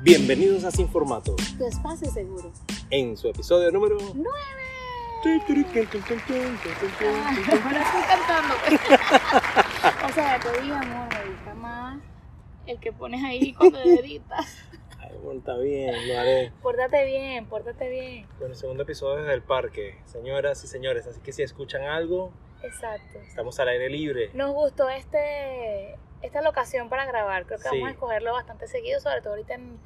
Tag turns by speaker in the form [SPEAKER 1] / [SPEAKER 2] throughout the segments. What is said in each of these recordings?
[SPEAKER 1] Bienvenidos a Sin Formato,
[SPEAKER 2] Tu espacio seguro.
[SPEAKER 1] en su episodio número...
[SPEAKER 2] ¡Nueve! Bueno, Ah, estoy cantando. o sea, te digo, amor, me gusta más el que pones ahí cuando editas.
[SPEAKER 1] Ay, bueno, está bien, lo haré.
[SPEAKER 2] Pórtate bien, pórtate bien.
[SPEAKER 1] Bueno, segundo episodio desde el parque, señoras y señores. Así que si escuchan algo,
[SPEAKER 2] Exacto.
[SPEAKER 1] estamos al aire libre.
[SPEAKER 2] Nos gustó este esta locación para grabar. Creo que
[SPEAKER 1] Sí.
[SPEAKER 2] vamos a escogerlo bastante seguido, sobre todo ahorita en,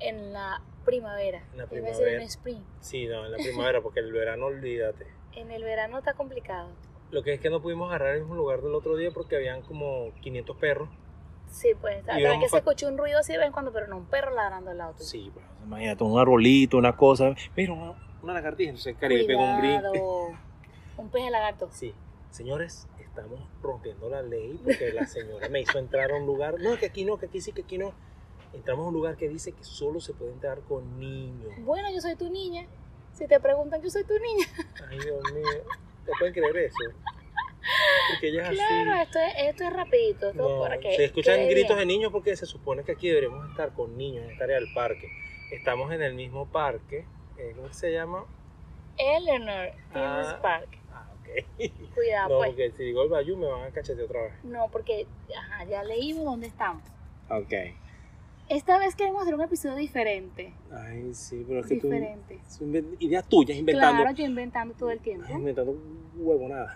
[SPEAKER 2] en la primavera.
[SPEAKER 1] En la
[SPEAKER 2] Iba a decir en
[SPEAKER 1] primavera.
[SPEAKER 2] spring.
[SPEAKER 1] Sí, no, en la primavera, porque el verano, olvídate.
[SPEAKER 2] En el verano está complicado.
[SPEAKER 1] Lo que es que no pudimos agarrar el mismo lugar del otro día porque habían como 500 perros.
[SPEAKER 2] Sí, pues.
[SPEAKER 1] Y
[SPEAKER 2] También
[SPEAKER 1] vamos
[SPEAKER 2] que se
[SPEAKER 1] pa-
[SPEAKER 2] escuchó un ruido así de vez en cuando, pero no un perro ladrando al lado tuyo.
[SPEAKER 1] Sí, pues, imagínate, un arbolito, una cosa. Mira, una, una lagartija. Entonces el Caribe pegó un brinco.
[SPEAKER 2] Cuidado. Un pez de lagarto.
[SPEAKER 1] Sí, señores, estamos rompiendo la ley porque la señora me hizo entrar a un lugar. No, que aquí no, que aquí sí, que aquí no. Entramos a un lugar que dice que solo se puede entrar con niños.
[SPEAKER 2] Bueno, yo soy tu niña. Si te preguntan, yo soy tu niña.
[SPEAKER 1] Ay, Dios mío. ¿Te pueden creer eso? Porque ella es
[SPEAKER 2] Claro,
[SPEAKER 1] así.
[SPEAKER 2] esto es, esto es rapidito. Esto
[SPEAKER 1] Ah, No,
[SPEAKER 2] para que
[SPEAKER 1] se escuchan
[SPEAKER 2] quede
[SPEAKER 1] gritos de
[SPEAKER 2] bien.
[SPEAKER 1] niños porque se supone que aquí deberíamos estar con niños, en esta área del parque. Estamos en el mismo parque. eh, ¿Cómo que se llama?
[SPEAKER 2] Eleanor Phillips
[SPEAKER 1] Ah.
[SPEAKER 2] Park.
[SPEAKER 1] Ah, ok.
[SPEAKER 2] Cuidado,
[SPEAKER 1] No,
[SPEAKER 2] pues.
[SPEAKER 1] porque si digo el Bayou me van a cachetear otra vez.
[SPEAKER 2] No, porque ajá, ya leímos dónde estamos.
[SPEAKER 1] Ok.
[SPEAKER 2] Esta vez queremos hacer un episodio diferente.
[SPEAKER 1] Ay, sí, pero es que tú...
[SPEAKER 2] Diferente.
[SPEAKER 1] Son inven- ideas tuyas inventando.
[SPEAKER 2] Claro, yo inventando todo el tiempo.
[SPEAKER 1] Ay, inventando huevonada.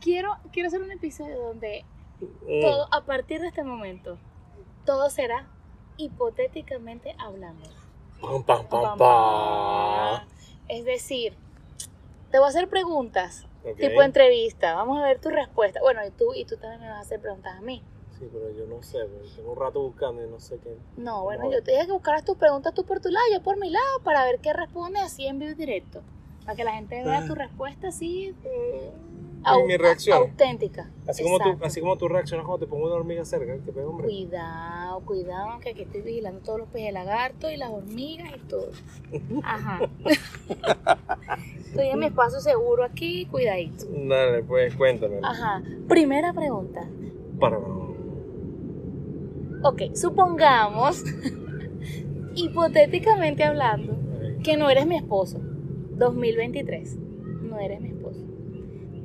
[SPEAKER 2] Quiero, quiero hacer un episodio donde
[SPEAKER 1] Mm.
[SPEAKER 2] todo, a partir de este momento, todo será hipotéticamente hablando.
[SPEAKER 1] Pam, pam, pam, pam.
[SPEAKER 2] Mamá. Es decir, te voy a hacer preguntas,
[SPEAKER 1] Ok.
[SPEAKER 2] tipo entrevista. Vamos a ver tu respuesta. Bueno, y tú, y tú también me vas a hacer preguntas a mí.
[SPEAKER 1] Sí, pero yo no sé, porque tengo un rato buscando y no sé qué.
[SPEAKER 2] No, bueno,
[SPEAKER 1] No.
[SPEAKER 2] yo te dije que buscaras tus preguntas tú por tu lado, yo por mi lado, para ver qué respondes así en vivo y directo. Para que la gente vea tu respuesta así eh, au-
[SPEAKER 1] Ah. Y mi reacción.
[SPEAKER 2] auténtica.
[SPEAKER 1] Así como, tú,
[SPEAKER 2] Exacto.
[SPEAKER 1] así como tú reaccionas cuando te pongo una hormiga cerca, te pega hombre.
[SPEAKER 2] Cuidado, cuidado, que aquí estoy vigilando todos los peces lagarto y las hormigas y todo. Ajá. estoy en mi espacio seguro aquí, cuidadito.
[SPEAKER 1] Dale, pues cuéntame.
[SPEAKER 2] Ajá. Primera pregunta.
[SPEAKER 1] Para.
[SPEAKER 2] Ok, supongamos, hipotéticamente hablando, que no eres mi esposo. 2023. No eres mi esposo.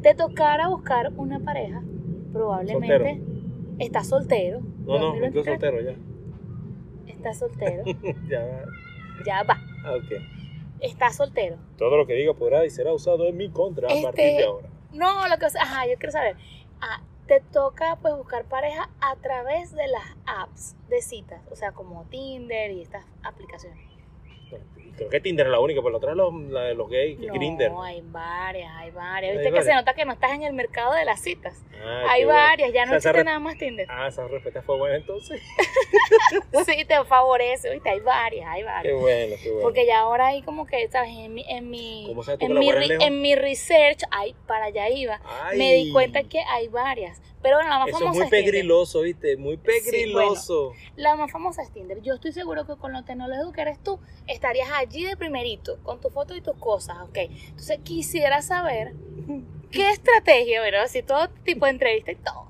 [SPEAKER 2] Te tocara buscar una pareja, probablemente. Estás soltero.
[SPEAKER 1] No, no, me quedo
[SPEAKER 2] 2023,
[SPEAKER 1] soltero ya.
[SPEAKER 2] Estás soltero.
[SPEAKER 1] ya.
[SPEAKER 2] ya va.
[SPEAKER 1] ah, Ok.
[SPEAKER 2] Estás soltero.
[SPEAKER 1] Todo lo que diga podrá y será usado en mi contra a
[SPEAKER 2] Este-
[SPEAKER 1] partir de ahora.
[SPEAKER 2] No, lo que ajá, yo quiero saber. Ah, te toca pues buscar pareja a través de las apps de citas, o sea, como Tinder y estas aplicaciones.
[SPEAKER 1] Y Creo que Tinder es la única, por la otra es los- la de los gays, que
[SPEAKER 2] No,
[SPEAKER 1] es Grindr.
[SPEAKER 2] hay varias, hay varias.
[SPEAKER 1] Hay
[SPEAKER 2] Viste que
[SPEAKER 1] varias.
[SPEAKER 2] se nota que no estás en el mercado de las citas.
[SPEAKER 1] Ah,
[SPEAKER 2] hay
[SPEAKER 1] qué bueno.
[SPEAKER 2] varias, ya no
[SPEAKER 1] O sea, se
[SPEAKER 2] existe
[SPEAKER 1] re-
[SPEAKER 2] nada más Tinder.
[SPEAKER 1] Ah, esa respuesta fue buena entonces.
[SPEAKER 2] Sí, te favorece, viste, hay varias, hay
[SPEAKER 1] Qué
[SPEAKER 2] varias.
[SPEAKER 1] bueno, qué bueno.
[SPEAKER 2] Porque ya ahora hay como que, ¿sabes? En mi, en mi,
[SPEAKER 1] ¿Cómo sabes tú que
[SPEAKER 2] en
[SPEAKER 1] la
[SPEAKER 2] mi,
[SPEAKER 1] buena es
[SPEAKER 2] re-
[SPEAKER 1] lejos?
[SPEAKER 2] en mi research, ay, para allá iba,
[SPEAKER 1] Ay,
[SPEAKER 2] me di cuenta que este, hay varias. Pero bueno, la más
[SPEAKER 1] Eso es
[SPEAKER 2] famosa
[SPEAKER 1] muy
[SPEAKER 2] es Tinder.
[SPEAKER 1] pegriloso, ¿viste? Muy pegriloso.
[SPEAKER 2] La más famosa es Tinder. Yo estoy seguro que con lo tecnológico que eres tú, estarías allí de primerito, con tu foto y tus cosas, ¿ok? Entonces quisiera saber qué estrategia, bueno, así todo tipo de entrevista y todo.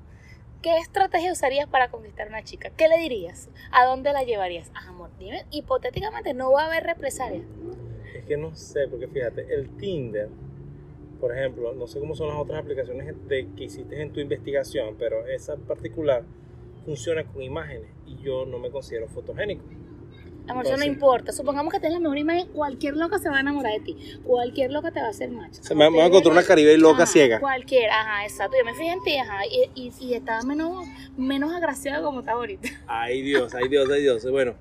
[SPEAKER 2] ¿Qué estrategia usarías para conquistar a una chica? ¿Qué le dirías? ¿A dónde la llevarías? Ah, amor, dime, hipotéticamente no va a haber represalias.
[SPEAKER 1] Es que no sé, porque fíjate, el Tinder, por ejemplo, no sé cómo son las otras aplicaciones de- que hiciste en tu investigación, pero esa en particular funciona con imágenes y yo no me considero fotogénico.
[SPEAKER 2] Amor, eso no
[SPEAKER 1] Entonces-
[SPEAKER 2] importa. Supongamos que tienes la mejor imagen, cualquier loca se va a enamorar de ti. Cualquier loca te va a hacer macho.
[SPEAKER 1] caribe
[SPEAKER 2] Ajá, Cualquiera, ajá, exacto. Yo me fijé en ti, ajá, y, y, y estaba menos, menos agraciado como está ahorita.
[SPEAKER 1] Ay Dios, ay Dios, ay Dios. Bueno,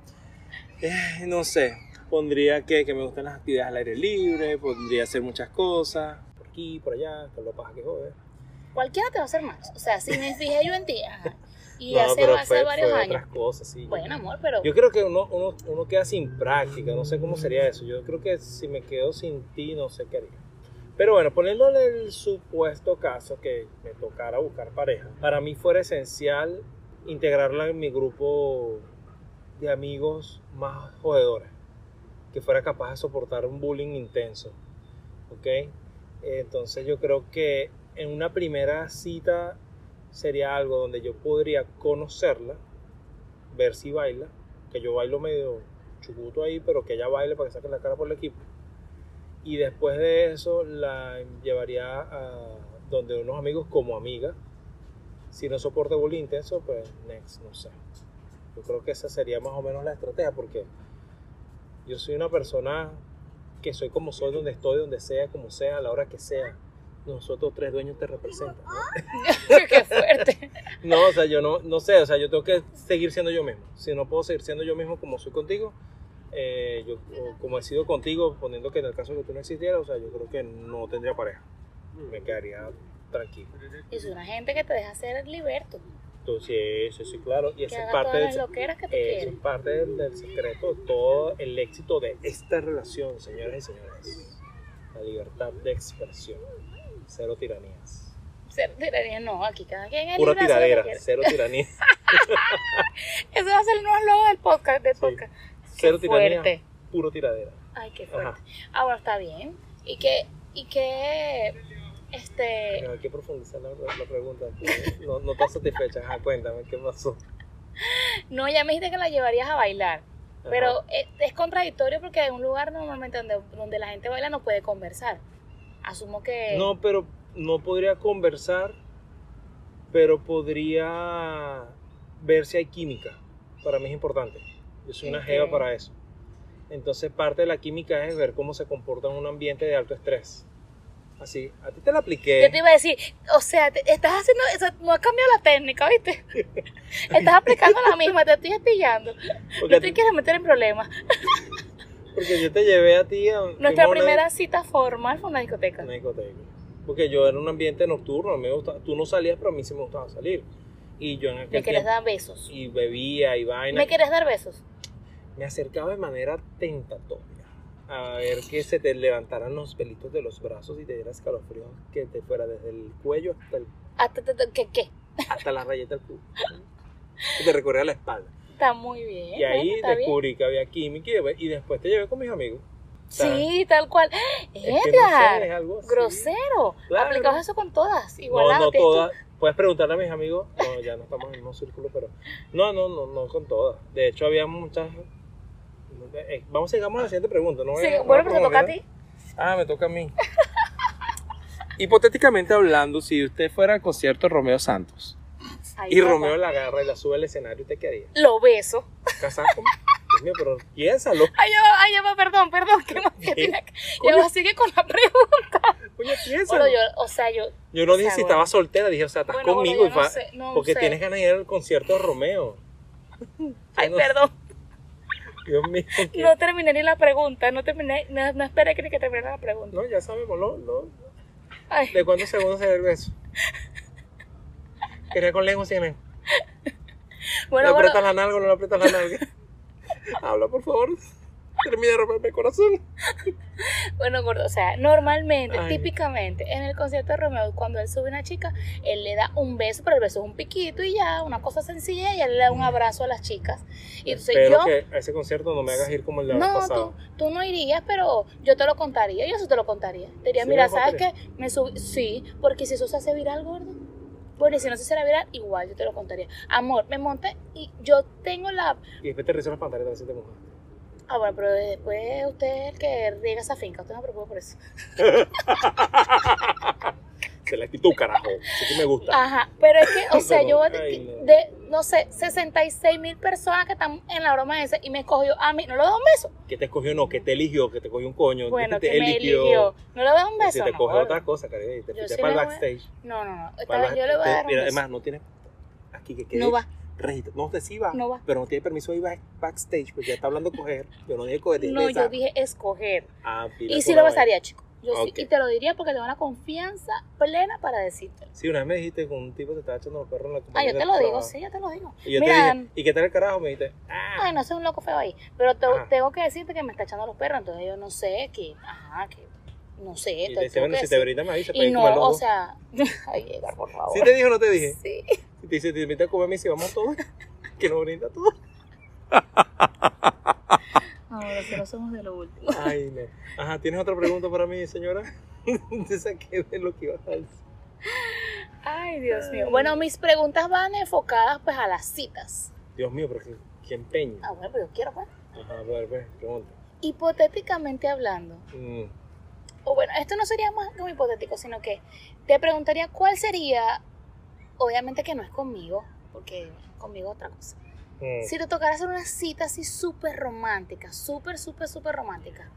[SPEAKER 1] eh, no sé. Pondría que, que me gustan las actividades al aire libre, pondría hacer muchas cosas. Por aquí, por allá, con la paja que jode.
[SPEAKER 2] Cualquiera te va a hacer más. O sea, si me fijé yo en ti, ajá. Y
[SPEAKER 1] No,
[SPEAKER 2] hace,
[SPEAKER 1] pero
[SPEAKER 2] hace
[SPEAKER 1] fue-
[SPEAKER 2] varios
[SPEAKER 1] fue
[SPEAKER 2] años.
[SPEAKER 1] otras cosas, sí.
[SPEAKER 2] Bueno, amor, pero
[SPEAKER 1] Yo creo que uno, uno, uno queda sin práctica, no sé cómo sería eso. Yo creo que si me quedo sin ti, no sé qué haría. Pero bueno, poniéndole el supuesto caso que me tocara buscar pareja, para mí fuera esencial integrarla en mi grupo de amigos más jodedores, que fuera capaz de soportar un bullying intenso. ¿Ok? Entonces yo creo que en una primera cita sería algo donde yo podría conocerla, ver si baila, que yo bailo medio chucuto ahí, pero que ella baile para que saque la cara por el equipo. Y después de eso la llevaría a donde unos amigos como amiga. Si no soporta bullying intenso, pues next, no sé. Yo creo que esa sería más o menos la estrategia porque yo soy una persona que soy como soy, donde estoy, donde sea, como sea, a la hora que sea. Nosotros tres dueños te representan.
[SPEAKER 2] Qué fuerte.
[SPEAKER 1] No, o sea, yo no, no sé, o sea, yo tengo que seguir siendo yo mismo. Si no puedo seguir siendo yo mismo como soy contigo, eh, yo o como he sido contigo, poniendo que en el caso de que tú no existieras, o sea, yo creo que no tendría pareja. Me quedaría tranquilo.
[SPEAKER 2] Y es una gente que te deja ser liberto.
[SPEAKER 1] Entonces, eso sí, claro. Y
[SPEAKER 2] Que
[SPEAKER 1] esa es
[SPEAKER 2] hagas
[SPEAKER 1] parte,
[SPEAKER 2] todas
[SPEAKER 1] del,
[SPEAKER 2] las loqueras que tú
[SPEAKER 1] eso
[SPEAKER 2] quieres.
[SPEAKER 1] es parte del, del secreto, de todo el éxito de esta relación, señores y señores. La libertad de expresión. Cero tiranías.
[SPEAKER 2] Cero tiranía, no, aquí cada quien es
[SPEAKER 1] Pura
[SPEAKER 2] libre de hacer lo que
[SPEAKER 1] tiradera,
[SPEAKER 2] quiere.
[SPEAKER 1] cero tiranía.
[SPEAKER 2] Eso va a ser el nuevo logo del podcast, del
[SPEAKER 1] Sí.
[SPEAKER 2] podcast.
[SPEAKER 1] Cero
[SPEAKER 2] Qué
[SPEAKER 1] tiranía,
[SPEAKER 2] fuerte.
[SPEAKER 1] puro tiradera.
[SPEAKER 2] Ay, qué fuerte.
[SPEAKER 1] Ajá,
[SPEAKER 2] Ahora está bien. Y que, y que, este,
[SPEAKER 1] pero hay que profundizar la, la pregunta. porque No, no estás satisfecha. Ajá, cuéntame, ¿qué pasó?
[SPEAKER 2] no, ya me dijiste que la llevarías a bailar.
[SPEAKER 1] Ajá.
[SPEAKER 2] Pero es, es contradictorio porque hay un lugar normalmente donde, donde la gente baila no puede conversar. Asumo que...
[SPEAKER 1] No, pero no podría conversar, pero podría ver si hay química. Para mí es importante. Yo soy una jeva
[SPEAKER 2] Ok.
[SPEAKER 1] para eso. Entonces parte de la química es ver cómo se comporta en un ambiente de alto estrés. Así, a ti te la apliqué.
[SPEAKER 2] Yo te iba a decir, o sea, te- estás haciendo, o sea, no has cambiado la técnica, ¿viste? estás aplicando la misma, te estoy espiando.
[SPEAKER 1] porque,
[SPEAKER 2] No
[SPEAKER 1] a
[SPEAKER 2] te
[SPEAKER 1] ti-
[SPEAKER 2] quieres meter en problemas.
[SPEAKER 1] porque yo te llevé a ti a fuimos a
[SPEAKER 2] Nuestra
[SPEAKER 1] una-
[SPEAKER 2] primera cita formal fue en una discoteca.
[SPEAKER 1] una discoteca. Porque yo era un ambiente nocturno, a mí me gustaba- tú no salías, pero a mí sí me gustaba salir. Y yo en
[SPEAKER 2] Me
[SPEAKER 1] aquel
[SPEAKER 2] quieres
[SPEAKER 1] tiempo,
[SPEAKER 2] dar besos.
[SPEAKER 1] y bebía y vaina.
[SPEAKER 2] Me quieres dar besos.
[SPEAKER 1] me acercaba de manera tentatoria a ver que se te levantaran los pelitos de los brazos y te diera escalofrío que te fuera desde el cuello hasta, el-
[SPEAKER 2] Hasta- hasta- hasta- ¿Qué? ¿Qué?
[SPEAKER 1] hasta la rayeta del culo. Y te recorría la espalda.
[SPEAKER 2] Está muy bien.
[SPEAKER 1] Y ahí
[SPEAKER 2] bueno, está bien.
[SPEAKER 1] descubrí que había química y, debe- y después te llevé con mis amigos.
[SPEAKER 2] Sí, tal cual.
[SPEAKER 1] Es que no sé,
[SPEAKER 2] Edgar,
[SPEAKER 1] es algo así.
[SPEAKER 2] grosero.
[SPEAKER 1] Claro.
[SPEAKER 2] Aplicabas eso con todas. Igual
[SPEAKER 1] No, no todas. Puedes preguntarle a mis amigos. No, ya no estamos en el mismo círculo, pero. No, no, no, no con todas. De hecho, había muchas. eh, Vamos, sigamos a la siguiente pregunta. No voy
[SPEAKER 2] Sí,
[SPEAKER 1] a-
[SPEAKER 2] bueno,
[SPEAKER 1] no
[SPEAKER 2] pero te
[SPEAKER 1] voy
[SPEAKER 2] toca a
[SPEAKER 1] olvidar.
[SPEAKER 2] ti.
[SPEAKER 1] Ah, me toca a mí. Hipotéticamente hablando, si usted fuera al concierto de Romeo Santos
[SPEAKER 2] Ay,
[SPEAKER 1] y
[SPEAKER 2] papá.
[SPEAKER 1] Romeo la agarra y la sube al escenario, ¿usted qué haría?
[SPEAKER 2] Lo beso.
[SPEAKER 1] ¿Casar con... Dios mío, pero piénsalo.
[SPEAKER 2] Ay, ya va, ay, ya va, perdón, perdón. ¿Qué más que
[SPEAKER 1] ¿Qué?
[SPEAKER 2] tiene que- Ya va, sigue con la pregunta.
[SPEAKER 1] Coño, piénsalo.
[SPEAKER 2] Bueno, yo,
[SPEAKER 1] yo,
[SPEAKER 2] o sea, yo.
[SPEAKER 1] no
[SPEAKER 2] o
[SPEAKER 1] dije
[SPEAKER 2] sea,
[SPEAKER 1] si
[SPEAKER 2] bueno.
[SPEAKER 1] estaba soltera, dije, o sea, estás
[SPEAKER 2] Bueno, bueno,
[SPEAKER 1] conmigo y
[SPEAKER 2] yo no
[SPEAKER 1] va-
[SPEAKER 2] sé, no
[SPEAKER 1] porque
[SPEAKER 2] sé.
[SPEAKER 1] tienes ganas de ir al concierto de Romeo.
[SPEAKER 2] Ay,
[SPEAKER 1] no-
[SPEAKER 2] perdón.
[SPEAKER 1] Dios mío. ¿qué?
[SPEAKER 2] No terminé ni la pregunta. No terminé. No, no esperé que ni que terminara la pregunta.
[SPEAKER 1] No, ya sabemos, ¿no? ¿no?
[SPEAKER 2] Ay,
[SPEAKER 1] ¿De cuántos segundos se ve el beso? Quería con lengua, tiene.
[SPEAKER 2] bueno,
[SPEAKER 1] ¿Le
[SPEAKER 2] bueno.
[SPEAKER 1] aprietas la nalga o no le aprietas la nalga? Habla, por favor. Termina de romperme el corazón.
[SPEAKER 2] Bueno, gordo, o sea, normalmente,
[SPEAKER 1] Ay.
[SPEAKER 2] típicamente, en el concierto de Romeo, cuando él sube a una chica, él le da un beso, pero el beso es un piquito y ya, una cosa sencilla, y él le da un abrazo a las chicas. Y entonces
[SPEAKER 1] Espero
[SPEAKER 2] yo,
[SPEAKER 1] que a ese concierto no me hagas ir como el de la vez
[SPEAKER 2] no,
[SPEAKER 1] pasada.
[SPEAKER 2] tú, tú no irías, pero yo te lo contaría, yo eso te lo contaría. Te diría,
[SPEAKER 1] ¿Sí me
[SPEAKER 2] mira,
[SPEAKER 1] lo
[SPEAKER 2] ¿sabes qué?
[SPEAKER 1] contarías?
[SPEAKER 2] Me subí, sí, porque si eso se hace viral, gordo. Bueno, y si no se hiciera viral, igual yo te lo contaría. Amor, me monté y yo tengo la...
[SPEAKER 1] Y después te rizas las pantalones de siete mujeres.
[SPEAKER 2] Ah, bueno, pero después usted es el que riega esa finca, usted no se preocupe por eso.
[SPEAKER 1] Se la actitud, carajo. Eso que me gusta.
[SPEAKER 2] Ajá, pero es que, o sea, yo
[SPEAKER 1] Perdón,
[SPEAKER 2] de,
[SPEAKER 1] ay, no.
[SPEAKER 2] de, no sé, 66 mil personas que están en la broma esa y me cogió a mí, no le doy un beso.
[SPEAKER 1] Que te escogió no, que te eligió, que te cogió un coño.
[SPEAKER 2] Bueno,
[SPEAKER 1] este te
[SPEAKER 2] que me eligió. No le doy un
[SPEAKER 1] Que
[SPEAKER 2] beso.
[SPEAKER 1] Si te
[SPEAKER 2] no,
[SPEAKER 1] cogió
[SPEAKER 2] gordo.
[SPEAKER 1] otra cosa, cariño. y Te
[SPEAKER 2] Yo
[SPEAKER 1] fuiste
[SPEAKER 2] sí
[SPEAKER 1] para el
[SPEAKER 2] le voy a-
[SPEAKER 1] backstage.
[SPEAKER 2] no, no, no. esta
[SPEAKER 1] Para el
[SPEAKER 2] vez yo le voy a
[SPEAKER 1] backstage.
[SPEAKER 2] dar un
[SPEAKER 1] Mira,
[SPEAKER 2] beso.
[SPEAKER 1] además, no tiene. Aquí que quede.
[SPEAKER 2] no va,
[SPEAKER 1] registro. No sé si va.
[SPEAKER 2] No va.
[SPEAKER 1] Pero no tiene permiso de ir back- backstage, porque ya está hablando coger. Yo no dije coger. dije
[SPEAKER 2] no, yo
[SPEAKER 1] besar.
[SPEAKER 2] dije escoger.
[SPEAKER 1] Ah, pila
[SPEAKER 2] Y sí
[SPEAKER 1] con la
[SPEAKER 2] lo
[SPEAKER 1] vaina.
[SPEAKER 2] besaría, chico. Yo sí,
[SPEAKER 1] Ok.
[SPEAKER 2] y te lo diría porque tengo una confianza plena para decírtelo.
[SPEAKER 1] Sí, una vez me dijiste que un tipo te estaba echando los perros en la
[SPEAKER 2] Ah,
[SPEAKER 1] compañía
[SPEAKER 2] yo te
[SPEAKER 1] del
[SPEAKER 2] lo digo,
[SPEAKER 1] trabajo.
[SPEAKER 2] sí, yo te lo digo.
[SPEAKER 1] Y yo
[SPEAKER 2] Mira,
[SPEAKER 1] te dije, ¿y qué tal el carajo? Me dijiste, ah,
[SPEAKER 2] Ay, no soy un loco feo ahí. Pero te-
[SPEAKER 1] Ajá.
[SPEAKER 2] tengo que decirte que me está echando los perros, entonces yo no sé que, ajá, que, no sé.
[SPEAKER 1] Y
[SPEAKER 2] te-
[SPEAKER 1] te decía,
[SPEAKER 2] tengo
[SPEAKER 1] bueno,
[SPEAKER 2] que
[SPEAKER 1] si te
[SPEAKER 2] decir-
[SPEAKER 1] brinda me avisa para
[SPEAKER 2] Y
[SPEAKER 1] ir a
[SPEAKER 2] no,
[SPEAKER 1] comer los
[SPEAKER 2] o
[SPEAKER 1] dos.
[SPEAKER 2] sea, ay, Edgar, por favor.
[SPEAKER 1] ¿Sí te dije o no te dije?
[SPEAKER 2] Sí.
[SPEAKER 1] Si te dice, te invita a comer, me dice, vamos todos. Que nos brinda todo.
[SPEAKER 2] Ahora, pero somos de lo último.
[SPEAKER 1] Ay, no. Ajá, ¿tienes otra pregunta para mí, señora? Te saqué de lo que ibas a decir.
[SPEAKER 2] Ay, Dios mío. Bueno, mis preguntas van enfocadas pues a las citas.
[SPEAKER 1] Dios mío, pero qué, qué empeño.
[SPEAKER 2] Ah, bueno, pero yo quiero, pues.
[SPEAKER 1] Ajá, a ver, pues, pregunta.
[SPEAKER 2] Hipotéticamente hablando,
[SPEAKER 1] Mm,
[SPEAKER 2] o bueno, esto no sería más como hipotético, sino que te preguntaría cuál sería, obviamente que no es conmigo, porque conmigo es otra cosa.
[SPEAKER 1] mm.
[SPEAKER 2] Si te tocara hacer una cita así súper romántica, súper, súper, súper romántica,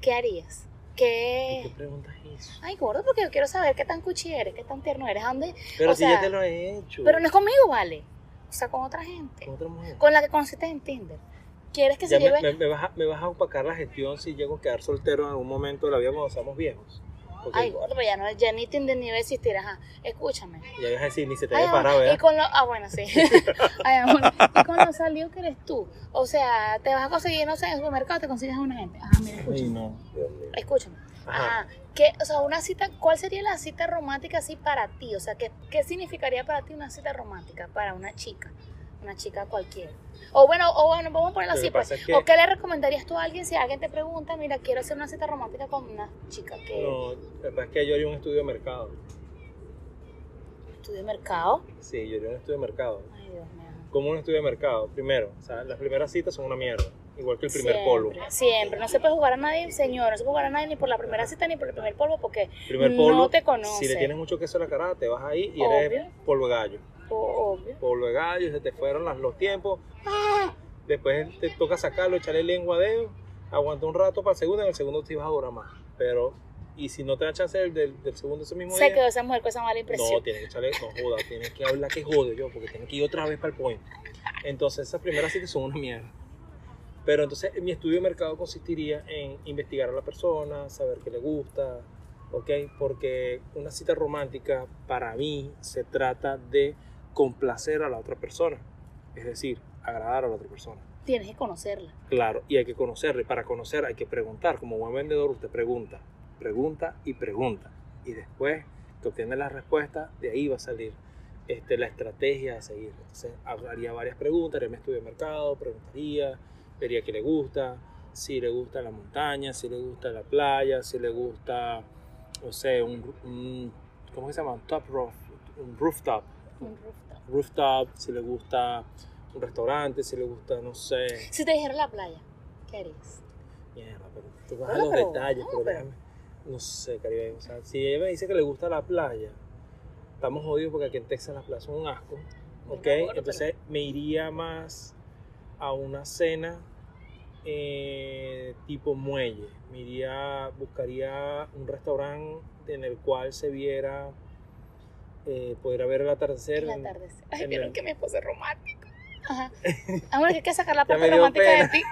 [SPEAKER 2] ¿qué harías?
[SPEAKER 1] ¿Y ¿Qué
[SPEAKER 2] ¿Qué?
[SPEAKER 1] pregunta es eso?
[SPEAKER 2] Ay, gordo, porque yo quiero saber qué tan cuchi eres, qué tan tierno eres, ¿a dónde?
[SPEAKER 1] Pero
[SPEAKER 2] o
[SPEAKER 1] si ya
[SPEAKER 2] sea,
[SPEAKER 1] te lo he hecho.
[SPEAKER 2] Pero no es conmigo, vale. O sea, con otra gente,
[SPEAKER 1] Con otra mujer.
[SPEAKER 2] con la que conociste en Tinder. ¿Quieres que
[SPEAKER 1] Ya
[SPEAKER 2] se lleve?
[SPEAKER 1] me, me- me vas a, me vas a opacar la gestión si llego a quedar soltero en algún momento de la vida cuando seamos viejos. Porque
[SPEAKER 2] Ay, gordo, pero ya, no, ya ni Tinder ni va a existir, ajá. Escúchame.
[SPEAKER 1] ya vas a decir, ni se te
[SPEAKER 2] Ay,
[SPEAKER 1] haya parado, ¿eh?
[SPEAKER 2] amor,
[SPEAKER 1] ¿verdad?
[SPEAKER 2] Y con lo, ah, bueno, sí. Ay, amor, y con lo salido que eres tú. O sea, te vas a conseguir, no sé, en el supermercado te consigues a una gente. Ajá, mira,
[SPEAKER 1] Ay,
[SPEAKER 2] escúchame.
[SPEAKER 1] no. Dios mío.
[SPEAKER 2] Escúchame.
[SPEAKER 1] Ajá.
[SPEAKER 2] Ajá. ¿Qué, o sea, una cita, ¿cuál sería la cita romántica así para ti? O sea, ¿qué, ¿qué significaría para ti una cita romántica para una chica? Una chica cualquiera. O bueno, o bueno, vamos a ponerlo
[SPEAKER 1] Lo que
[SPEAKER 2] así. Pues.
[SPEAKER 1] pasa es que-
[SPEAKER 2] ¿O qué le recomendarías tú a alguien si alguien te pregunta, mira, quiero hacer una cita romántica con una chica que
[SPEAKER 1] No, la verdad es que yo haría un estudio de mercado.
[SPEAKER 2] estudie mercado?
[SPEAKER 1] Sí, yo haría un estudio de mercado.
[SPEAKER 2] Ay, Dios mío.
[SPEAKER 1] ¿Cómo un estudio de mercado? Primero, o sea, las primeras citas son una mierda. Igual que el primer
[SPEAKER 2] siempre,
[SPEAKER 1] polvo.
[SPEAKER 2] Siempre, no se puede jugar a nadie, señor, no se puede jugar a nadie ni por la primera cita ni por el primer polvo, porque
[SPEAKER 1] Primer
[SPEAKER 2] No
[SPEAKER 1] polvo.
[SPEAKER 2] te conoce.
[SPEAKER 1] Si le tienes mucho queso a la cara, te vas ahí y eres
[SPEAKER 2] Obvio.
[SPEAKER 1] polvo de gallo.
[SPEAKER 2] o- obvio.
[SPEAKER 1] Polvo de gallo, se te fueron las- los tiempos. ¡Ah! Después te toca sacarlo, echarle lengua a dedo. Aguanta un rato para el segundo, en el segundo te vas a durar más. Pero, y si no te da chance del, del, del segundo ese mismo
[SPEAKER 2] Se
[SPEAKER 1] día.
[SPEAKER 2] quedó esa mujer con esa mala
[SPEAKER 1] No,
[SPEAKER 2] impresión.
[SPEAKER 1] tienes que echarle, no joda, tienes que hablar que jode yo, porque tienes que ir otra vez para el point. Entonces, esas primeras citas son una mierda. Pero entonces, mi estudio de mercado consistiría en investigar a la persona, saber qué le gusta, ¿ok? Porque una cita romántica, para mí, se trata de complacer a la otra persona. Es decir, agradar a la otra persona.
[SPEAKER 2] Tienes que conocerla.
[SPEAKER 1] Claro, y hay que conocerle. Para conocer hay que preguntar. Como buen vendedor, usted pregunta, pregunta y pregunta. Y después que obtiene la respuesta, de ahí va a salir este, la estrategia a seguir. Entonces, haría varias preguntas, haría mi estudio de mercado, preguntaría, vería qué le gusta, si le gusta la montaña, si le gusta la playa, si le gusta, no sé, un, un- ¿cómo se llama? Un top roof, un rooftop.
[SPEAKER 2] Un rooftop.
[SPEAKER 1] Rooftop, si le gusta un restaurante, si le gusta, no sé.
[SPEAKER 2] Si te dijera la playa, ¿qué harías?
[SPEAKER 1] Mierda, pero tú vas a
[SPEAKER 2] No,
[SPEAKER 1] los
[SPEAKER 2] pero-
[SPEAKER 1] detalles,
[SPEAKER 2] no,
[SPEAKER 1] pero
[SPEAKER 2] pero-
[SPEAKER 1] déjame- No sé, Caribe. O sea, si ella me dice que le gusta la playa, estamos jodidos porque aquí en Texas las playas son un asco. ¿Ok?
[SPEAKER 2] Bueno, bueno,
[SPEAKER 1] Entonces me iría más a una cena eh, tipo muelle. Me iría, buscaría un restaurante en el cual se viera, eh, pudiera ver el atardecer.
[SPEAKER 2] El atardecer. Ay,
[SPEAKER 1] en
[SPEAKER 2] vieron
[SPEAKER 1] el-
[SPEAKER 2] que mi esposa es romántica. Ajá. Amor, que hay que sacar la
[SPEAKER 1] Ya me
[SPEAKER 2] parte
[SPEAKER 1] dio
[SPEAKER 2] romántica
[SPEAKER 1] pena.
[SPEAKER 2] de ti.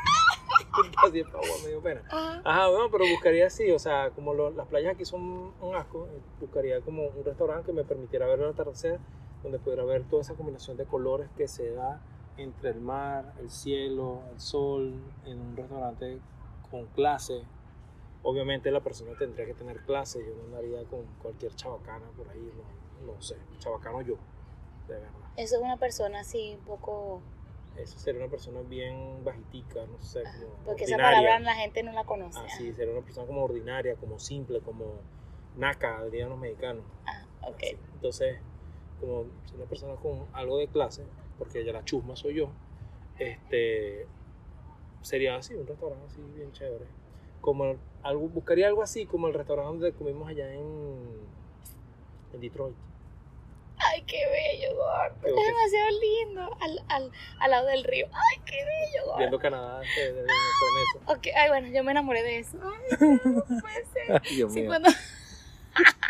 [SPEAKER 1] Así, por favor, me dio pena.
[SPEAKER 2] Ajá.
[SPEAKER 1] Ajá, bueno, pero buscaría así, o sea, como lo- las playas aquí son un asco, eh, buscaría como un restaurante que me permitiera ver el atardecer, donde pudiera ver toda esa combinación de colores que se da entre el mar, el cielo, el sol, en un restaurante con clase. Obviamente la persona tendría que tener clase, yo no andaría con cualquier chabacana por ahí, no, no sé, chabacano yo, de verdad.
[SPEAKER 2] Eso es una persona así un poco.
[SPEAKER 1] Eso sería una persona bien bajitica, no sé, como
[SPEAKER 2] Porque esa
[SPEAKER 1] ordinaria.
[SPEAKER 2] palabra la gente no la conoce.
[SPEAKER 1] Así, sería una persona como ordinaria, como simple, como naca, dirían los mexicanos.
[SPEAKER 2] Ah, ok.
[SPEAKER 1] Así. Entonces, como si una persona con algo de clase, porque ya la chusma soy yo, este, sería así, un restaurante así bien chévere. Como el- algo, buscaría algo así como el restaurante donde comimos allá en, en Detroit.
[SPEAKER 2] Ay, qué bello, gordo.
[SPEAKER 1] Creo
[SPEAKER 2] Es
[SPEAKER 1] que-
[SPEAKER 2] demasiado lindo. Al, al, al lado del río. Ay, qué bello, gordo.
[SPEAKER 1] Viendo Canadá este, de- de- con
[SPEAKER 2] Ok, ay, bueno, yo me enamoré de eso. Ay, no puede ser.
[SPEAKER 1] eso. Dios
[SPEAKER 2] Sí,
[SPEAKER 1] mío.
[SPEAKER 2] cuando-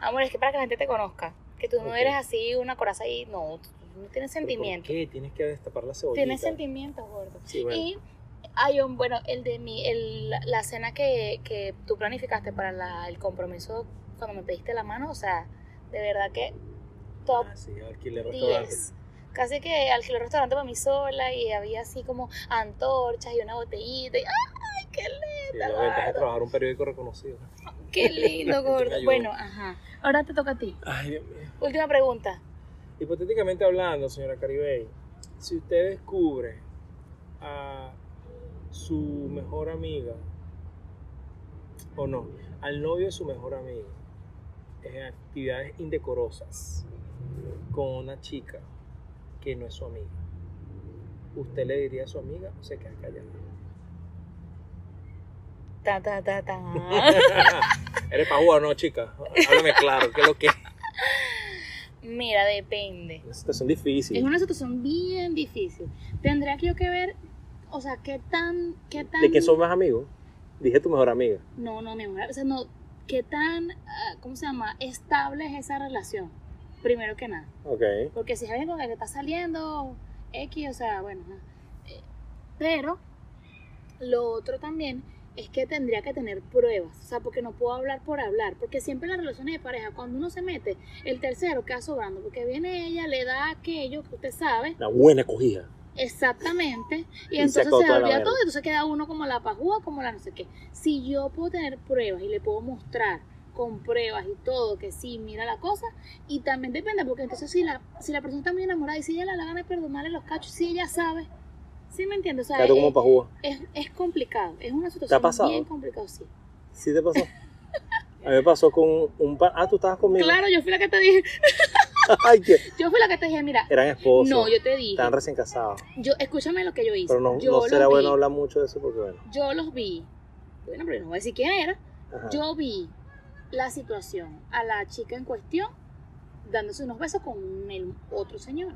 [SPEAKER 2] Amor, es que para que la gente te conozca, que tú no
[SPEAKER 1] Ok.
[SPEAKER 2] eres así una coraza y no, tú no tienes
[SPEAKER 1] ¿Pero
[SPEAKER 2] sentimiento.
[SPEAKER 1] ¿Por qué? Tienes que destapar la cebollita.
[SPEAKER 2] Tienes sentimientos, gordo.
[SPEAKER 1] Sí, bueno.
[SPEAKER 2] Y hay un, bueno, el de mi, el, la cena que, que tú planificaste para la- el compromiso cuando me pediste la mano, o sea, de verdad que top
[SPEAKER 1] Ah, sí, alquiler restaurante.
[SPEAKER 2] 10. Casi que alquilé un restaurante para mí sola y había así como antorchas y una botellita. Y, ¡Ay, qué
[SPEAKER 1] Sí, la ventaja de trabajar un periódico reconocido.
[SPEAKER 2] Qué lindo, gordo.
[SPEAKER 1] ayudo.
[SPEAKER 2] Bueno, ajá. Ahora te toca a ti.
[SPEAKER 1] Ay, Dios mío.
[SPEAKER 2] Última pregunta.
[SPEAKER 1] Hipotéticamente hablando, señora Caribey, si usted descubre a su mejor amiga, o no, al novio de su mejor amiga, en actividades indecorosas con una chica que no es su amiga, ¿usted le diría a su amiga o se queda callada?
[SPEAKER 2] Ta, ta, ta, ta.
[SPEAKER 1] ¿Eres pa' jugar o no, chica? Háblame claro, ¿qué es lo que
[SPEAKER 2] Mira, depende.
[SPEAKER 1] Una situación
[SPEAKER 2] Es
[SPEAKER 1] difícil.
[SPEAKER 2] una situación bien difícil. Tendría que yo que ver, o sea, qué tan, qué tan.
[SPEAKER 1] ¿De quién son más amigos? Dije tu mejor amiga.
[SPEAKER 2] No, no, mi amor. O sea, no, qué tan, ah, ¿cómo se llama? Estable es esa relación. Primero que nada.
[SPEAKER 1] Ok.
[SPEAKER 2] Porque si es alguien con el que está saliendo, X, o sea, bueno. ajá. Eh, Pero lo otro también es que tendría que tener pruebas, o sea, porque no puedo hablar por hablar, porque siempre en las relaciones de pareja, cuando uno se mete, el tercero queda sobrando, porque viene ella, le da aquello que usted sabe
[SPEAKER 1] Una buena cogida.
[SPEAKER 2] exactamente, y,
[SPEAKER 1] Y se
[SPEAKER 2] entonces
[SPEAKER 1] acabó
[SPEAKER 2] se
[SPEAKER 1] toda la
[SPEAKER 2] abría
[SPEAKER 1] verga.
[SPEAKER 2] todo, y entonces queda uno como la pajúa, como la no sé qué. Si yo puedo tener pruebas y le puedo mostrar con pruebas y todo, que sí, mira la cosa, y también depende, porque entonces si la, si la persona está muy enamorada y si ella le da la gana de perdonarle los cachos, si ella sabe, ¿sí me entiendes? O sea,
[SPEAKER 1] Ya tú como
[SPEAKER 2] es,
[SPEAKER 1] pa' jugar.
[SPEAKER 2] es, es complicado, es una situación
[SPEAKER 1] pasado?
[SPEAKER 2] bien complicada, sí.
[SPEAKER 1] ¿Sí te pasó? A mí me pasó con un par. Ah, tú estabas conmigo.
[SPEAKER 2] Claro, yo fui la que te dije,
[SPEAKER 1] Ay, que
[SPEAKER 2] yo fui la que te dije, mira,
[SPEAKER 1] eran esposos.
[SPEAKER 2] no, yo te dije,
[SPEAKER 1] Estaban recién casados.
[SPEAKER 2] yo, escúchame lo que yo hice,
[SPEAKER 1] Pero no,
[SPEAKER 2] yo
[SPEAKER 1] no
[SPEAKER 2] los
[SPEAKER 1] será
[SPEAKER 2] vi,
[SPEAKER 1] bueno hablar mucho de eso porque, bueno.
[SPEAKER 2] yo los vi, bueno, pero no voy a decir quién era,
[SPEAKER 1] ajá.
[SPEAKER 2] Yo vi la situación a la chica en cuestión dándose unos besos con el otro señor.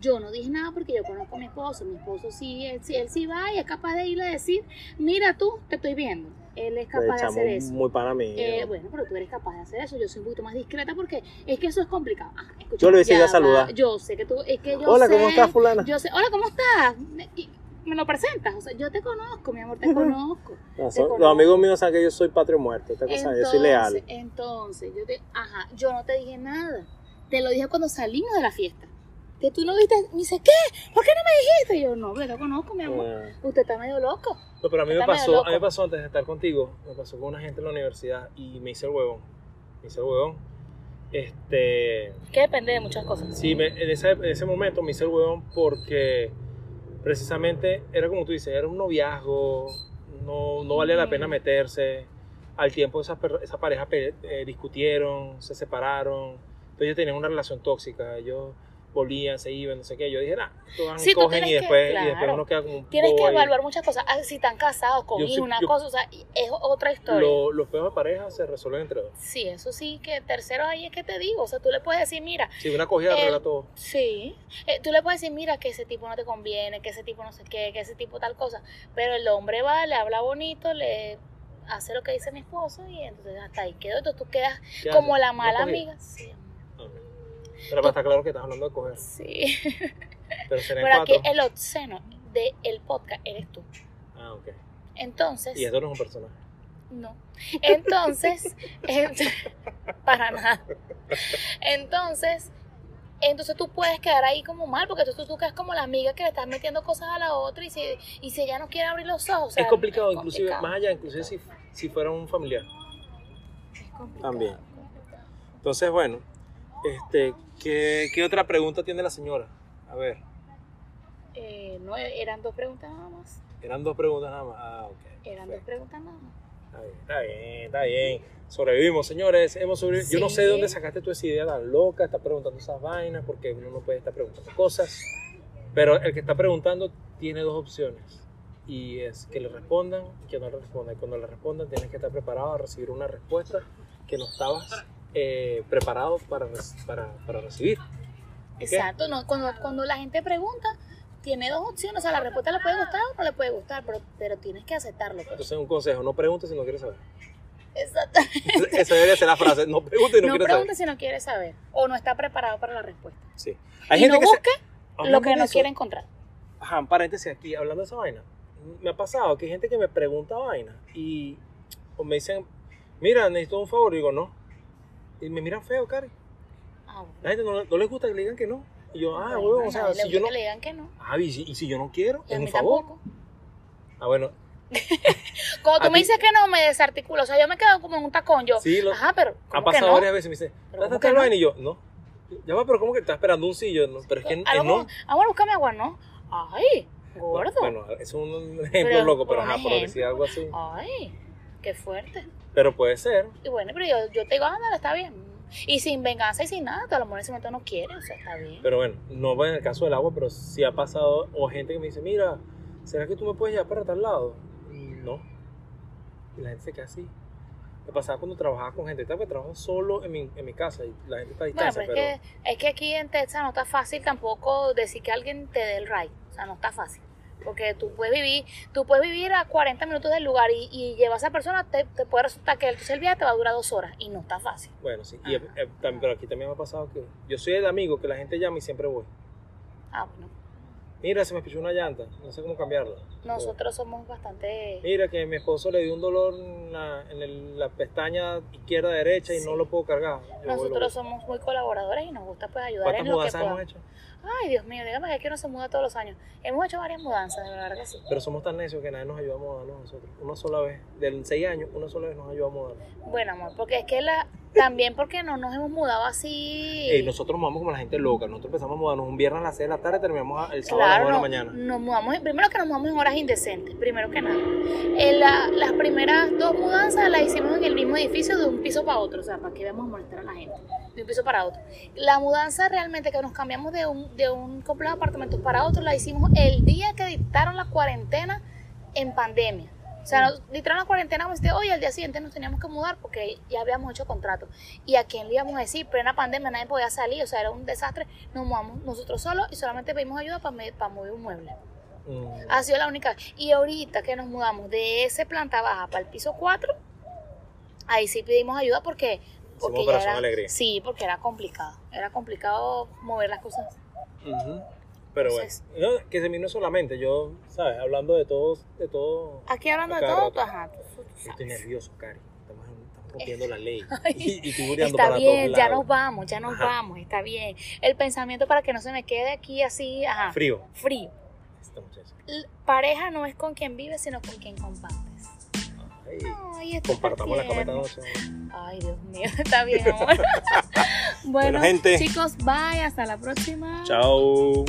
[SPEAKER 2] Yo no dije nada porque yo conozco a mi esposo. Mi esposo sí, él, sí- él sí va y es capaz de irle a decir, mira tú, te estoy viendo. Él es
[SPEAKER 1] Pues,
[SPEAKER 2] capaz de
[SPEAKER 1] chamo,
[SPEAKER 2] hacer eso.
[SPEAKER 1] muy pana mí.
[SPEAKER 2] Eh, bueno, pero tú eres capaz de hacer eso. Yo soy un poquito más discreta porque es que eso es complicado. Ah, escucha,
[SPEAKER 1] Yo le hubiese
[SPEAKER 2] ya
[SPEAKER 1] ido a saludar.
[SPEAKER 2] va. Yo sé que tú, es que yo
[SPEAKER 1] Hola,
[SPEAKER 2] sé,
[SPEAKER 1] ¿cómo estás, fulana?
[SPEAKER 2] Yo sé, hola, ¿cómo estás? Me- y- Me lo presentas, o sea, yo te conozco, mi amor, te conozco.
[SPEAKER 1] No,
[SPEAKER 2] te
[SPEAKER 1] son- los
[SPEAKER 2] conozco.
[SPEAKER 1] amigos míos saben que yo soy patrio muerto. Esta cosa, yo soy leal.
[SPEAKER 2] Entonces, yo te, ajá, yo no te dije nada. Te lo dije cuando salimos de la fiesta. Que tú no viste, me dice, ¿qué? ¿Por qué no me dijiste? Y yo, no, pero lo conozco, mi amor.
[SPEAKER 1] Ah.
[SPEAKER 2] Usted está medio loco.
[SPEAKER 1] No, pero a mí me
[SPEAKER 2] Está medio
[SPEAKER 1] pasó, a mí me
[SPEAKER 2] loco.
[SPEAKER 1] pasó antes de estar contigo, me pasó con una gente en la universidad y me hice el huevón. Me hice el huevón. Este.
[SPEAKER 2] Es que depende de muchas cosas.
[SPEAKER 1] Sí, me- en, ese, en ese momento me hice el huevón porque precisamente era como tú dices, era un noviazgo, no, no valía la pena
[SPEAKER 2] Ujú.
[SPEAKER 1] meterse. Al tiempo esa, per- esa pareja pe- eh, discutieron, se separaron, entonces yo tenía una relación tóxica, ellos volvían, se iban, no sé qué, yo dije, nah, esto van y
[SPEAKER 2] Sí, tú
[SPEAKER 1] cogen
[SPEAKER 2] tienes
[SPEAKER 1] y
[SPEAKER 2] que-
[SPEAKER 1] después, y
[SPEAKER 2] claro.
[SPEAKER 1] después uno queda como un
[SPEAKER 2] Tienes que
[SPEAKER 1] bobo ahí".
[SPEAKER 2] evaluar muchas cosas. Ah, si están casados, con
[SPEAKER 1] Yo
[SPEAKER 2] hijos,
[SPEAKER 1] sí-
[SPEAKER 2] una
[SPEAKER 1] yo-
[SPEAKER 2] cosa, o sea, y- es otra historia.
[SPEAKER 1] Lo- los peores de pareja se resuelven entre dos.
[SPEAKER 2] Sí, eso sí, que terceros ahí es que te digo. O sea, tú le puedes decir, mira,
[SPEAKER 1] Si una cogida
[SPEAKER 2] El-
[SPEAKER 1] arregla todo.
[SPEAKER 2] Sí, Eh, tú le puedes decir, mira, que ese tipo no te conviene, que ese tipo no sé qué, que ese tipo tal cosa, pero el hombre va, le habla bonito, le hace lo que dice mi esposo y entonces hasta ahí quedó, entonces tú quedas
[SPEAKER 1] ¿Qué
[SPEAKER 2] como
[SPEAKER 1] haces?
[SPEAKER 2] la
[SPEAKER 1] ¿Una
[SPEAKER 2] mala
[SPEAKER 1] cogida?
[SPEAKER 2] amiga. Sí,
[SPEAKER 1] Ah, ok. Pero para estar claro que estás hablando de coger.
[SPEAKER 2] sí.
[SPEAKER 1] Pero serán
[SPEAKER 2] Pero aquí
[SPEAKER 1] cuatro.
[SPEAKER 2] el obsceno del podcast eres tú.
[SPEAKER 1] Ah, ok.
[SPEAKER 2] Entonces,
[SPEAKER 1] Y esto no es un personaje.
[SPEAKER 2] no. Entonces, ent- para nada. Entonces, entonces tú puedes quedar ahí como mal, porque tú, tú, tú quedas como la amiga que le estás metiendo cosas a la otra y si, y si ella no quiere abrir los ojos. o sea,
[SPEAKER 1] es complicado, inclusive,
[SPEAKER 2] complicado.
[SPEAKER 1] más allá, inclusive si, si fuera un familiar.
[SPEAKER 2] Es complicado.
[SPEAKER 1] También. Entonces, bueno, este, ¿qué, qué otra pregunta tiene la señora? A ver,
[SPEAKER 2] Eh, no, eran dos preguntas nada más.
[SPEAKER 1] eran dos preguntas nada más. Ah, ok.
[SPEAKER 2] Eran dos
[SPEAKER 1] perfecto.
[SPEAKER 2] preguntas nada más.
[SPEAKER 1] Está bien, está bien, está bien. Sobrevivimos, señores. Hemos sobrevivido. Yo no sé de
[SPEAKER 2] Sí.
[SPEAKER 1] dónde sacaste tú esa idea tan loca, estás preguntando esas vainas, porque uno no puede estar preguntando cosas. Pero el que está preguntando tiene dos opciones. Y es que le respondan y que no le respondan. Y cuando le respondan, tienes que estar preparado a recibir una respuesta que no estabas eh, preparado para, rec- para, para recibir.
[SPEAKER 2] Exacto, no, cuando, cuando la gente pregunta, tiene dos opciones, o sea, la respuesta le puede gustar o no le puede gustar, pero, pero tienes que aceptarlo. pues.
[SPEAKER 1] Entonces, un consejo: no preguntes si no quieres saber.
[SPEAKER 2] Exacto.
[SPEAKER 1] Esa debería ser la frase: no preguntes si no,
[SPEAKER 2] No
[SPEAKER 1] quieres saber.
[SPEAKER 2] pregunte si no quiere saber o no está preparado para la respuesta.
[SPEAKER 1] Sí.
[SPEAKER 2] y no
[SPEAKER 1] se-
[SPEAKER 2] busque lo
[SPEAKER 1] Hablando
[SPEAKER 2] que
[SPEAKER 1] de
[SPEAKER 2] no
[SPEAKER 1] eso,
[SPEAKER 2] quiere encontrar.
[SPEAKER 1] Ajá, un paréntesis aquí, hablando de esa vaina. Me ha pasado que hay gente que me pregunta vaina y o me dicen, mira, necesito un favor. Y digo, no. Y me miran feo, Cari.
[SPEAKER 2] Ah, bueno.
[SPEAKER 1] La gente no, no les gusta que le digan que no. Y yo, ah,
[SPEAKER 2] Bueno,
[SPEAKER 1] huevón,
[SPEAKER 2] a
[SPEAKER 1] o sea,
[SPEAKER 2] nadie le
[SPEAKER 1] si yo
[SPEAKER 2] gusta
[SPEAKER 1] no.
[SPEAKER 2] que le digan que no.
[SPEAKER 1] Ah, y si, y si yo no quiero,
[SPEAKER 2] Y a
[SPEAKER 1] es
[SPEAKER 2] mí
[SPEAKER 1] un favor.
[SPEAKER 2] tampoco.
[SPEAKER 1] Ah, bueno,
[SPEAKER 2] Cuando
[SPEAKER 1] A
[SPEAKER 2] tú me
[SPEAKER 1] ti-
[SPEAKER 2] dices que no, me desarticulo. O sea, yo me quedo como en un tacón. Yo,
[SPEAKER 1] sí, lo,
[SPEAKER 2] ajá, pero.
[SPEAKER 1] ha
[SPEAKER 2] ¿cómo que
[SPEAKER 1] pasado
[SPEAKER 2] no?
[SPEAKER 1] varias veces. Me dicen,
[SPEAKER 2] ¿Pero
[SPEAKER 1] ¿estás
[SPEAKER 2] cómo que
[SPEAKER 1] tal
[SPEAKER 2] no?
[SPEAKER 1] vaina? Y yo, no. Ya va, pero ¿cómo que estás esperando un sí? Yo, no, pero es que
[SPEAKER 2] A
[SPEAKER 1] es
[SPEAKER 2] lo
[SPEAKER 1] no.
[SPEAKER 2] mejor, Vamos a buscarme "Ah, agua, ¿no? Ay, gordo.
[SPEAKER 1] Bueno, es un ejemplo
[SPEAKER 2] Pero,
[SPEAKER 1] loco, pero
[SPEAKER 2] por un
[SPEAKER 1] ajá, por
[SPEAKER 2] ejemplo.
[SPEAKER 1] decir algo así.
[SPEAKER 2] Ay, qué fuerte.
[SPEAKER 1] Pero puede ser.
[SPEAKER 2] Y bueno, pero yo, yo te digo, ándale, "Ah, está bien. Y sin venganza y sin nada, que a lo mejor en ese momento no quiere, o sea, está bien.
[SPEAKER 1] Pero bueno, no va en el caso del agua, pero sí ha pasado, o gente que me dice, mira, ¿será que tú me puedes llevar para tal lado? No. Y la gente se queda así. Me pasaba cuando trabajaba con gente, tal que trabajo solo en mi, en mi casa y la gente está a
[SPEAKER 2] Bueno,
[SPEAKER 1] distancia,
[SPEAKER 2] pero, es, que, es que aquí en Texas no está fácil tampoco decir que alguien te dé el ride. O sea, no está fácil. Porque tú puedes vivir, tú puedes vivir a 40 minutos del lugar y, y llevar a esa persona, te, te puede resultar que entonces el viaje te va a durar dos horas y no está fácil.
[SPEAKER 1] Bueno, sí. Y,
[SPEAKER 2] Ajá.
[SPEAKER 1] eh, tam- pero aquí también me ha pasado que yo soy el amigo que la gente llama y siempre voy.
[SPEAKER 2] Ah, bueno.
[SPEAKER 1] Mira, se me pichó una llanta, no sé cómo cambiarla.
[SPEAKER 2] Nosotros somos bastante...
[SPEAKER 1] O, Mira, que mi esposo le dio un dolor en la, en el- la pestaña izquierda derecha y
[SPEAKER 2] Sí.
[SPEAKER 1] no lo puedo cargar. Yo voy y lo
[SPEAKER 2] Nosotros
[SPEAKER 1] busco.
[SPEAKER 2] somos muy colaboradores y nos gusta pues ayudar
[SPEAKER 1] ¿Cuántas
[SPEAKER 2] en lo que
[SPEAKER 1] mudanzas hemos
[SPEAKER 2] podamos.
[SPEAKER 1] hecho?
[SPEAKER 2] Ay, Dios mío, dígame que aquí uno se muda todos los años. Hemos hecho varias mudanzas, de verdad que sí.
[SPEAKER 1] Pero somos tan necios que nadie nos ayuda a mudarnos nosotros. Una sola vez, del seis años, una sola vez nos ayuda a mudarnos.
[SPEAKER 2] Bueno, amor, porque es que la, también porque no nos hemos mudado así.
[SPEAKER 1] Eh, nosotros nos mudamos como la gente loca. Nosotros empezamos a mudarnos un viernes a las 6 de la tarde, terminamos a- el sábado
[SPEAKER 2] Claro,
[SPEAKER 1] a las
[SPEAKER 2] no-
[SPEAKER 1] 9 de la mañana.
[SPEAKER 2] nos mudamos, primero que nos mudamos en horas indecentes, primero que nada. En la- las primeras dos mudanzas las hicimos en el mismo edificio de un piso para otro, o sea, para que vamos a molestar a la gente, de un piso para otro. La mudanza realmente que nos cambiamos de un, de un complejo de apartamentos para otro la hicimos el día que dictaron la cuarentena en pandemia. O sea, nos dictaron la cuarentena como este, hoy al día siguiente nos teníamos que mudar porque ya habíamos hecho contrato. ¿Y a quién le íbamos a decir? Plena pandemia, nadie podía salir, o sea, era un desastre. Nos mudamos nosotros solos y solamente pedimos ayuda para, mover un mueble.
[SPEAKER 1] Mm.
[SPEAKER 2] Ha sido la única. Y ahorita que nos mudamos de ese planta baja para el piso 4, ahí sí pedimos ayuda porque. porque
[SPEAKER 1] Operación
[SPEAKER 2] era,
[SPEAKER 1] Alegría.
[SPEAKER 2] Sí, porque era complicado. Era complicado mover las cosas.
[SPEAKER 1] Mm. Ujú. Pero
[SPEAKER 2] Entonces-
[SPEAKER 1] bueno, no, que se no solamente, yo, ¿sabes? Hablando de todo, de todo.
[SPEAKER 2] Aquí hablando de
[SPEAKER 1] Cada
[SPEAKER 2] todo,
[SPEAKER 1] rato.
[SPEAKER 2] tú, ajá, tú-
[SPEAKER 1] Yo
[SPEAKER 2] tú
[SPEAKER 1] estoy
[SPEAKER 2] Ah, sabes. Eh.
[SPEAKER 1] nervioso, Cari. Estamos, estamos rompiendo la ley.
[SPEAKER 2] Ay,
[SPEAKER 1] y, y tú boleando
[SPEAKER 2] Está
[SPEAKER 1] para
[SPEAKER 2] bien,
[SPEAKER 1] todos
[SPEAKER 2] ya
[SPEAKER 1] lados.
[SPEAKER 2] nos vamos, ya nos
[SPEAKER 1] Ajá.
[SPEAKER 2] vamos, está bien. El pensamiento para que no se me quede aquí así, ajá,
[SPEAKER 1] Frío.
[SPEAKER 2] frío.
[SPEAKER 1] Esta muchacha.
[SPEAKER 2] L- Pareja no es con quien vives, sino con quien compartes.
[SPEAKER 1] Ay,
[SPEAKER 2] Ay, esto está
[SPEAKER 1] compartamos la cometa
[SPEAKER 2] tierno.
[SPEAKER 1] noche.
[SPEAKER 2] Ay, Dios mío, está bien, amor. bueno,
[SPEAKER 1] gente.
[SPEAKER 2] chicos, bye, hasta la próxima.
[SPEAKER 1] Chao.